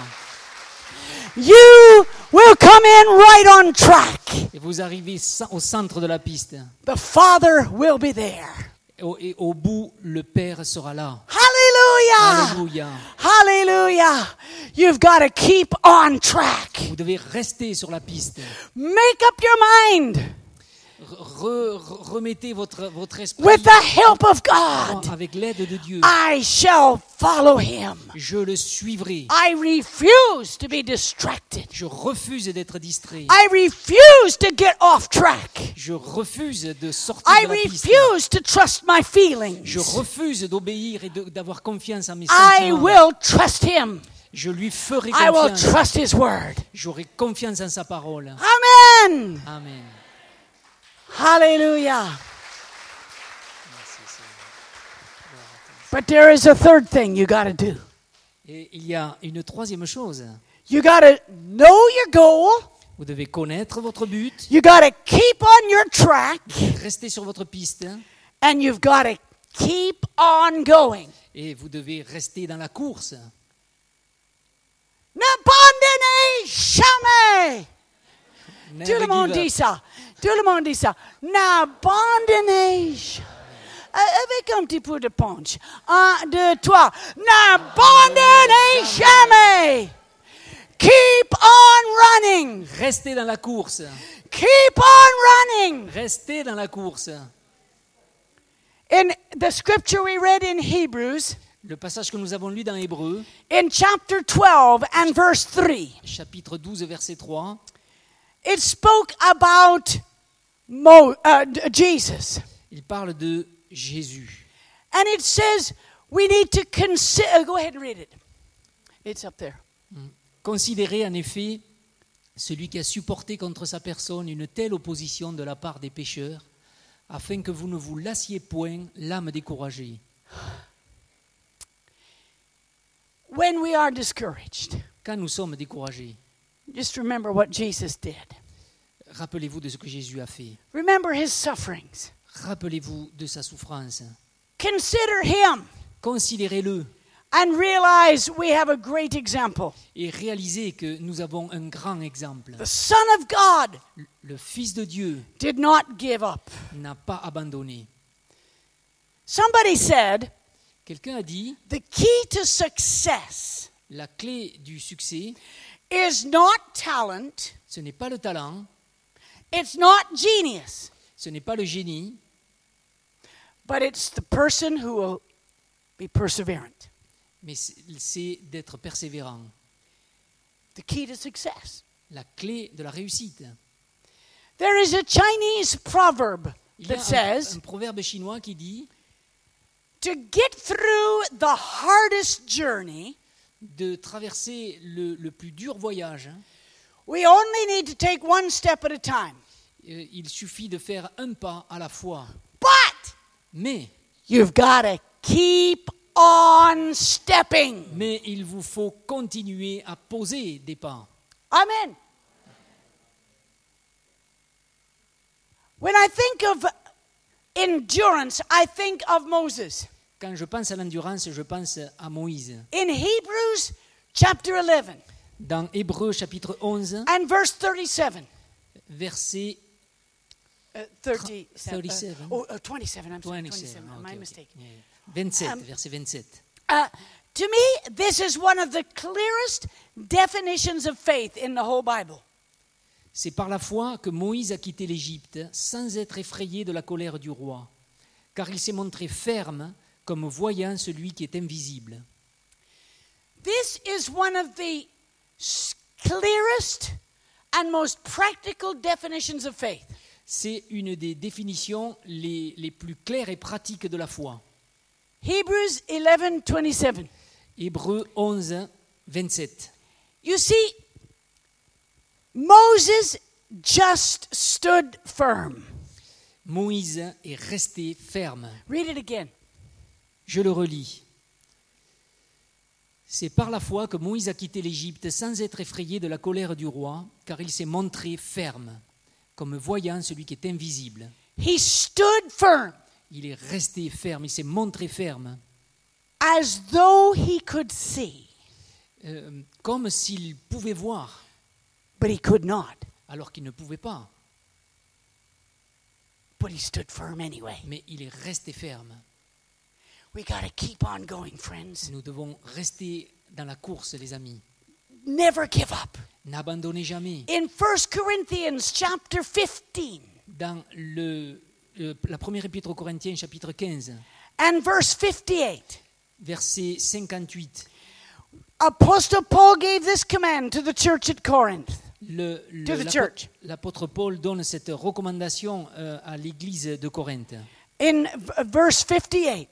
S4: You will come in right on track.
S3: Et vous arrivez sa- au centre de la piste.
S4: The Father will be there.
S3: Et au, et au bout, le Père sera là.
S4: Hallelujah!
S3: Alléluia.
S4: Hallelujah! You've got to keep on track.
S3: Vous devez rester sur la piste.
S4: Make up your mind
S3: Re- re- re- remettez votre, votre esprit
S4: with Ah. the help of God.
S3: avec l'aide de Dieu.
S4: I shall follow him.
S3: Je le suivrai.
S4: I refuse to be distracted.
S3: Je refuse d'être distrait.
S4: I refuse to get off track.
S3: Je refuse de sortir
S4: I
S3: de la piste.
S4: refuse to trust my
S3: Je
S4: feelings.
S3: refuse d'obéir et de- d'avoir confiance en mes
S4: I
S3: sentiments.
S4: will trust him.
S3: Je lui ferai
S4: I will
S3: confiance.
S4: trust his word.
S3: J'aurai confiance en sa parole.
S4: Amen.
S3: Amen.
S4: Hallelujah. But there is a third thing you got to do.
S3: Et il y a une troisième chose.
S4: You got to know your goal.
S3: Vous devez connaître votre but,
S4: You got to keep on your track.
S3: rester sur votre piste hein,
S4: And you've got to keep on going.
S3: et vous devez rester dans la course.
S4: Ne abandonnez jamais.
S3: Never
S4: Tout le monde
S3: give up.
S4: dit ça. Tout le monde dit ça. N'abandonnez euh, avec un petit peu de punch. Un, deux, trois. N'abandonnez jamais. Keep on running.
S3: Restez dans la course.
S4: Keep on running.
S3: Restez dans la course.
S4: In the scripture we read in Hebrews,
S3: Le passage que nous avons lu dans Hébreu,
S4: in chapter 12 and verse 3,
S3: chapitre 12, verset 3,
S4: it spoke about Mo, uh, d- Jesus.
S3: il parle de Jésus.
S4: And it says we need to consider. Go ahead and read it. It's up there.
S3: Considérez en effet celui qui a supporté contre sa personne une telle opposition de la part des pécheurs, afin que vous ne vous lassiez point l'âme découragée.
S4: When we are discouraged,
S3: Quand nous sommes découragés,
S4: just remember what Jesus did.
S3: rappelez-vous de ce que Jésus a fait.
S4: Remember his sufferings.
S3: Rappelez-vous de sa souffrance.
S4: Consider him
S3: Considérez-le
S4: and realize we have a great example.
S3: et réalisez que nous avons un grand exemple.
S4: The Son of God
S3: Le Fils de Dieu
S4: did not give up.
S3: n'a pas abandonné.
S4: Somebody said
S3: Quelqu'un a dit,
S4: the key to success
S3: la clé du succès,
S4: is not talent,
S3: ce n'est pas le talent,
S4: it's not genius,
S3: ce n'est pas le génie,
S4: but it's the person who will be perseverant.
S3: mais c'est c'est d'être persévérant.
S4: The key to success.
S3: La clé de la réussite.
S4: There is a Chinese proverb
S3: Il y a
S4: that
S3: un,
S4: says
S3: un proverbe chinois qui dit,
S4: to get through the hardest journey,
S3: de traverser le, le plus dur voyage, hein,
S4: we only need to take one step at a time.
S3: euh, il suffit de faire un pas à la fois.
S4: But
S3: Mais
S4: you've got to keep on stepping.
S3: Mais il vous faut continuer à poser des pas.
S4: Amen. When I think of endurance, I think of Moses.
S3: Quand je pense à l'endurance, je pense à Moïse.
S4: In Hebrews chapter 11
S3: Dans Hébreu chapitre 11,
S4: and verse 37.
S3: verset
S4: Uh, 30,
S3: Tr- 37.
S4: oh, uh, 27, I'm sorry,
S3: 27,
S4: 27,
S3: ah, ok,
S4: my
S3: ok.
S4: mistake.
S3: Yeah, yeah. 27,
S4: Um,
S3: verset 27.
S4: Uh, to me, this is one of the clearest definitions of faith in the whole Bible.
S3: C'est par la foi que Moïse a quitté l'Égypte hein, sans être effrayé de la colère du roi, car il s'est montré ferme comme voyant celui qui est invisible.
S4: This is one of the s- clearest and most practical definitions of faith.
S3: C'est une des définitions les, les plus claires et pratiques de la foi.
S4: Hebrews 11 27.
S3: Hébreu 11, 27.
S4: You see, Moses just stood firm.
S3: Moïse est resté ferme.
S4: Read it again.
S3: Je le relis. C'est par la foi que Moïse a quitté l'Égypte sans être effrayé de la colère du roi, car il s'est montré ferme, comme voyant celui qui est invisible.
S4: He stood firm
S3: Il est resté ferme, il s'est montré ferme,
S4: as though he could see.
S3: euh, comme s'il pouvait voir,
S4: But he could not.
S3: alors qu'il ne pouvait pas.
S4: But he stood firm anyway.
S3: Mais il est resté ferme.
S4: We got to keep on going, friends.
S3: Nous devons rester dans la course, les amis.
S4: Never give up.
S3: N'abandonnez jamais.
S4: In 1 Corinthians chapter 15
S3: Dans le, le- la première épître aux Corinthiens, chapitre 15,
S4: and verse 58,
S3: verset 58.
S4: Apostle Paul gave this command to the church at Corinth.
S3: Le- le-
S4: To the
S3: l'apo-
S4: church.
S3: L'apôtre Paul donne cette recommandation euh, à l'église de Corinthe,
S4: In v- verse 58,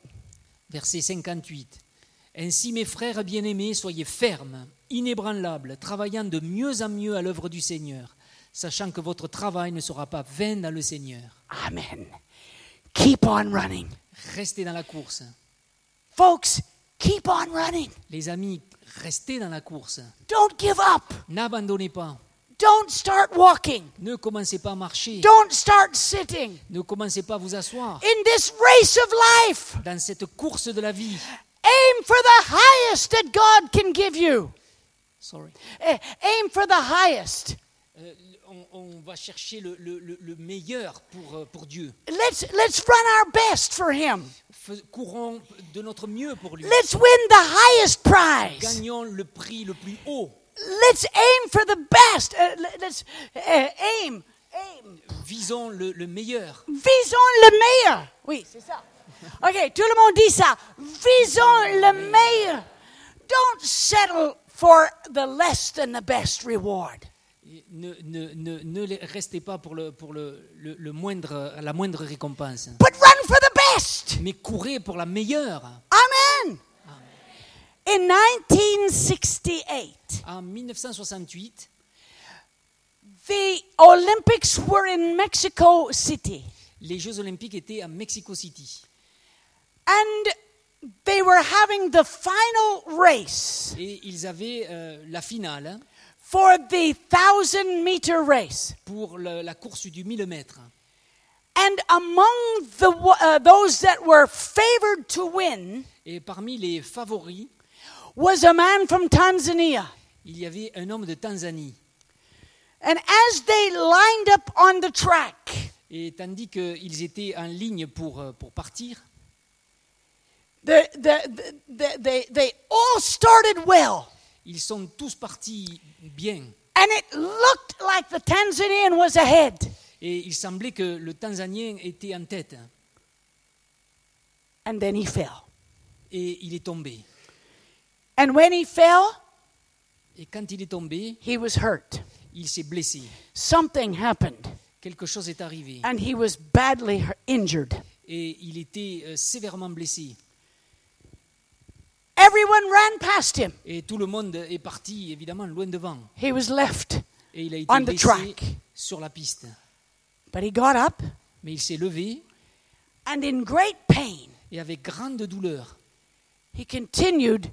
S3: verset 58. Ainsi, mes frères bien-aimés, soyez fermes, inébranlables, travaillant de mieux en mieux à l'œuvre du Seigneur, sachant que votre travail ne sera pas vain dans le Seigneur.
S4: Amen. Keep on running.
S3: Restez dans la course.
S4: Folks, keep on running.
S3: Les amis, restez dans la course.
S4: Don't give up.
S3: N'abandonnez pas.
S4: Don't start walking.
S3: Ne commencez pas à marcher.
S4: Don't start sitting.
S3: Ne commencez pas à vous asseoir.
S4: In this race of life,
S3: Dans cette course de la vie,
S4: Aim for the highest that God can give you.
S3: Sorry.
S4: Eh, Aim for the highest.
S3: euh, on, on va chercher le, le- le- le meilleur pour, euh, pour Dieu.
S4: Let's, let's run our best for Him.
S3: Fais- Courons de notre mieux pour lui.
S4: Let's win the highest prize.
S3: Gagnons le prix le plus haut.
S4: Let's aim for the best. Uh, le- let's uh, aim, aim.
S3: Visons le, le meilleur.
S4: Visons le meilleur. Oui, c'est ça. OK, tout le monde dit ça. Visons le meilleur. Don't settle for the less than the best reward.
S3: Et Ne, ne- ne- ne les- restez pas pour, le, pour le, le- le moindre, la moindre récompense,
S4: But run for the best.
S3: mais courez pour la meilleure.
S4: Amen. In 1968,
S3: En 1968,
S4: the Olympics were in Mexico City.
S3: les Jeux olympiques étaient à Mexico City.
S4: And they were having the final race
S3: Et ils avaient euh, la finale hein,
S4: for the 1,000 meter race.
S3: pour le- la course du 1000 mètres.
S4: And among the, w- uh, those that were favored to win
S3: Et parmi les favoris,
S4: was a man from Tanzania.
S3: il y avait un homme de Tanzanie.
S4: And as they lined up on the track,
S3: Et tandis qu'ils étaient en ligne pour, euh, pour partir,
S4: the, the, the, the, they, they all started well.
S3: ils sont tous partis bien.
S4: And it looked like the Tanzanian was ahead.
S3: Et il semblait que le Tanzanien était en tête. hein.
S4: And then he fell.
S3: Et il est tombé.
S4: And when he fell,
S3: Et quand il est tombé,
S4: he was hurt.
S3: il s'est blessé.
S4: Something happened.
S3: Quelque chose est arrivé.
S4: and he was badly hu- injured.
S3: Et il était euh, sévèrement blessé.
S4: Everyone ran past him.
S3: Et tout le monde est parti, évidemment, loin devant.
S4: He was left,
S3: Et il a été
S4: On the
S3: blessé
S4: track.
S3: sur la piste.
S4: but he got up
S3: Mais il s'est levé
S4: and in great pain
S3: et avec grande douleur,
S4: he continued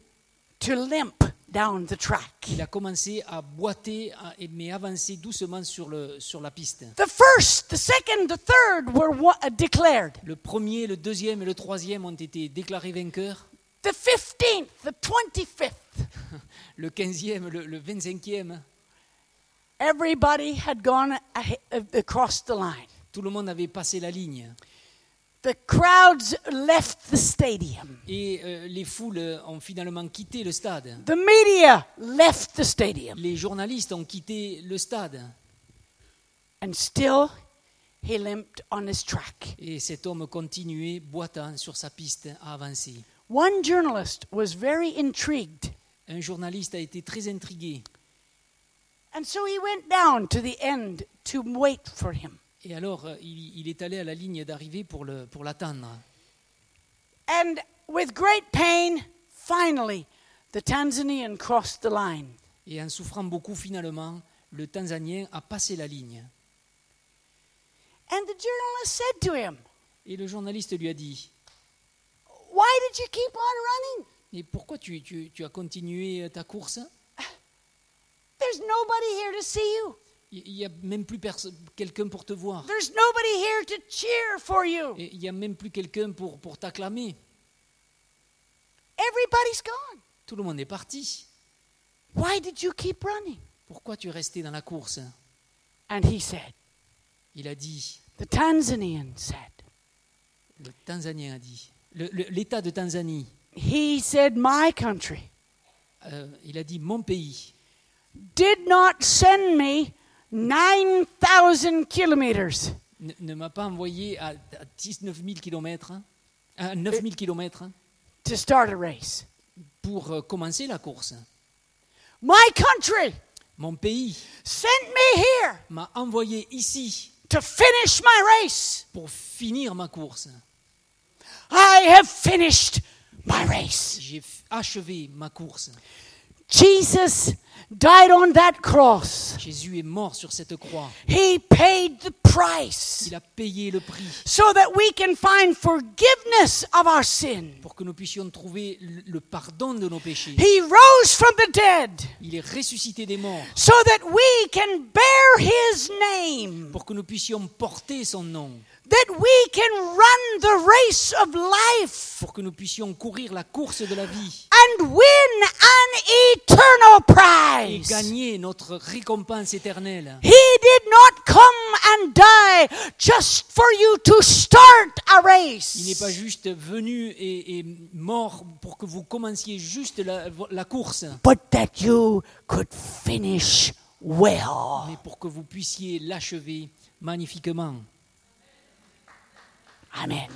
S4: to limp down the track.
S3: il a commencé à boiter, à- et- mais avancer doucement sur, le, sur la piste.
S4: The first, the second, the third were wa- uh, declared.
S3: Le premier, le deuxième et le troisième ont été déclarés vainqueurs. [laughs]
S4: The 15th, the 25th,
S3: Le quinzième, le, le vingt-cinquième,
S4: everybody had gone ahe- uh, across the line.
S3: tout le monde avait passé la ligne.
S4: The crowds left the stadium.
S3: Et euh, les foules ont finalement quitté le stade.
S4: The media left the stadium.
S3: Les journalistes ont quitté le stade.
S4: And still, he limped on his track.
S3: Et cet homme continuait, boitant sur sa piste, à avancer.
S4: One journalist was very intrigued,
S3: Un journaliste a été très intrigué.
S4: and so he went down to the end to wait for him.
S3: Et alors, euh, il, il est allé à la ligne d'arrivée pour le- pour l'attendre.
S4: And with great pain, finally, the Tanzanian crossed the line.
S3: et en souffrant beaucoup, finalement, le Tanzanien a passé la ligne.
S4: And the journalist said to him,
S3: Et le journaliste lui a dit
S4: Why did you keep on running?
S3: Mais pourquoi tu, tu- tu as continué ta course
S4: There's nobody here to see you,
S3: Il n'y a même plus perso- quelqu'un pour te voir.
S4: there's nobody here to cheer for you.
S3: Et Il n'y a même plus quelqu'un pour, pour t'acclamer.
S4: Everybody's gone.
S3: Tout le monde est parti.
S4: Why did you keep running?
S3: Pourquoi tu es resté dans la course
S4: And he said,
S3: Il a dit,
S4: The Tanzanian said,
S3: le Tanzanien a dit, le- le- l'État de Tanzanie,
S4: He said, My country.
S3: euh, il a dit mon pays
S4: did not send me 9,000 kilometers
S3: ne, ne m'a pas envoyé à, à 19 000 kilomètres, hein, à 9 000 kilomètres hein,
S4: to start a race.
S3: pour euh, commencer la course.
S4: My country
S3: Mon pays
S4: sent me here
S3: m'a envoyé ici
S4: to finish my race.
S3: pour finir ma course.
S4: I have finished my race.
S3: J'ai f- achevé ma course.
S4: Jesus died on that cross.
S3: Jésus est mort sur cette croix.
S4: He paid the price
S3: Il a payé le prix
S4: so that we can find forgiveness of our sin.
S3: pour que nous puissions trouver le le pardon de nos péchés.
S4: He rose from the dead
S3: Il est ressuscité des morts
S4: so that we can bear his name.
S3: pour que nous puissions porter son nom.
S4: that we can run the race of life
S3: pour que nous puissions courir la course de la vie
S4: and win an eternal
S3: et
S4: prize.
S3: gagner notre récompense éternelle.
S4: He did not come and die just for you to start a
S3: Il n'est
S4: race.
S3: pas juste venu et, et mort pour que vous commenciez juste la, la course,
S4: but that you could finish well.
S3: mais pour que vous puissiez l'achever magnifiquement.
S4: Amen.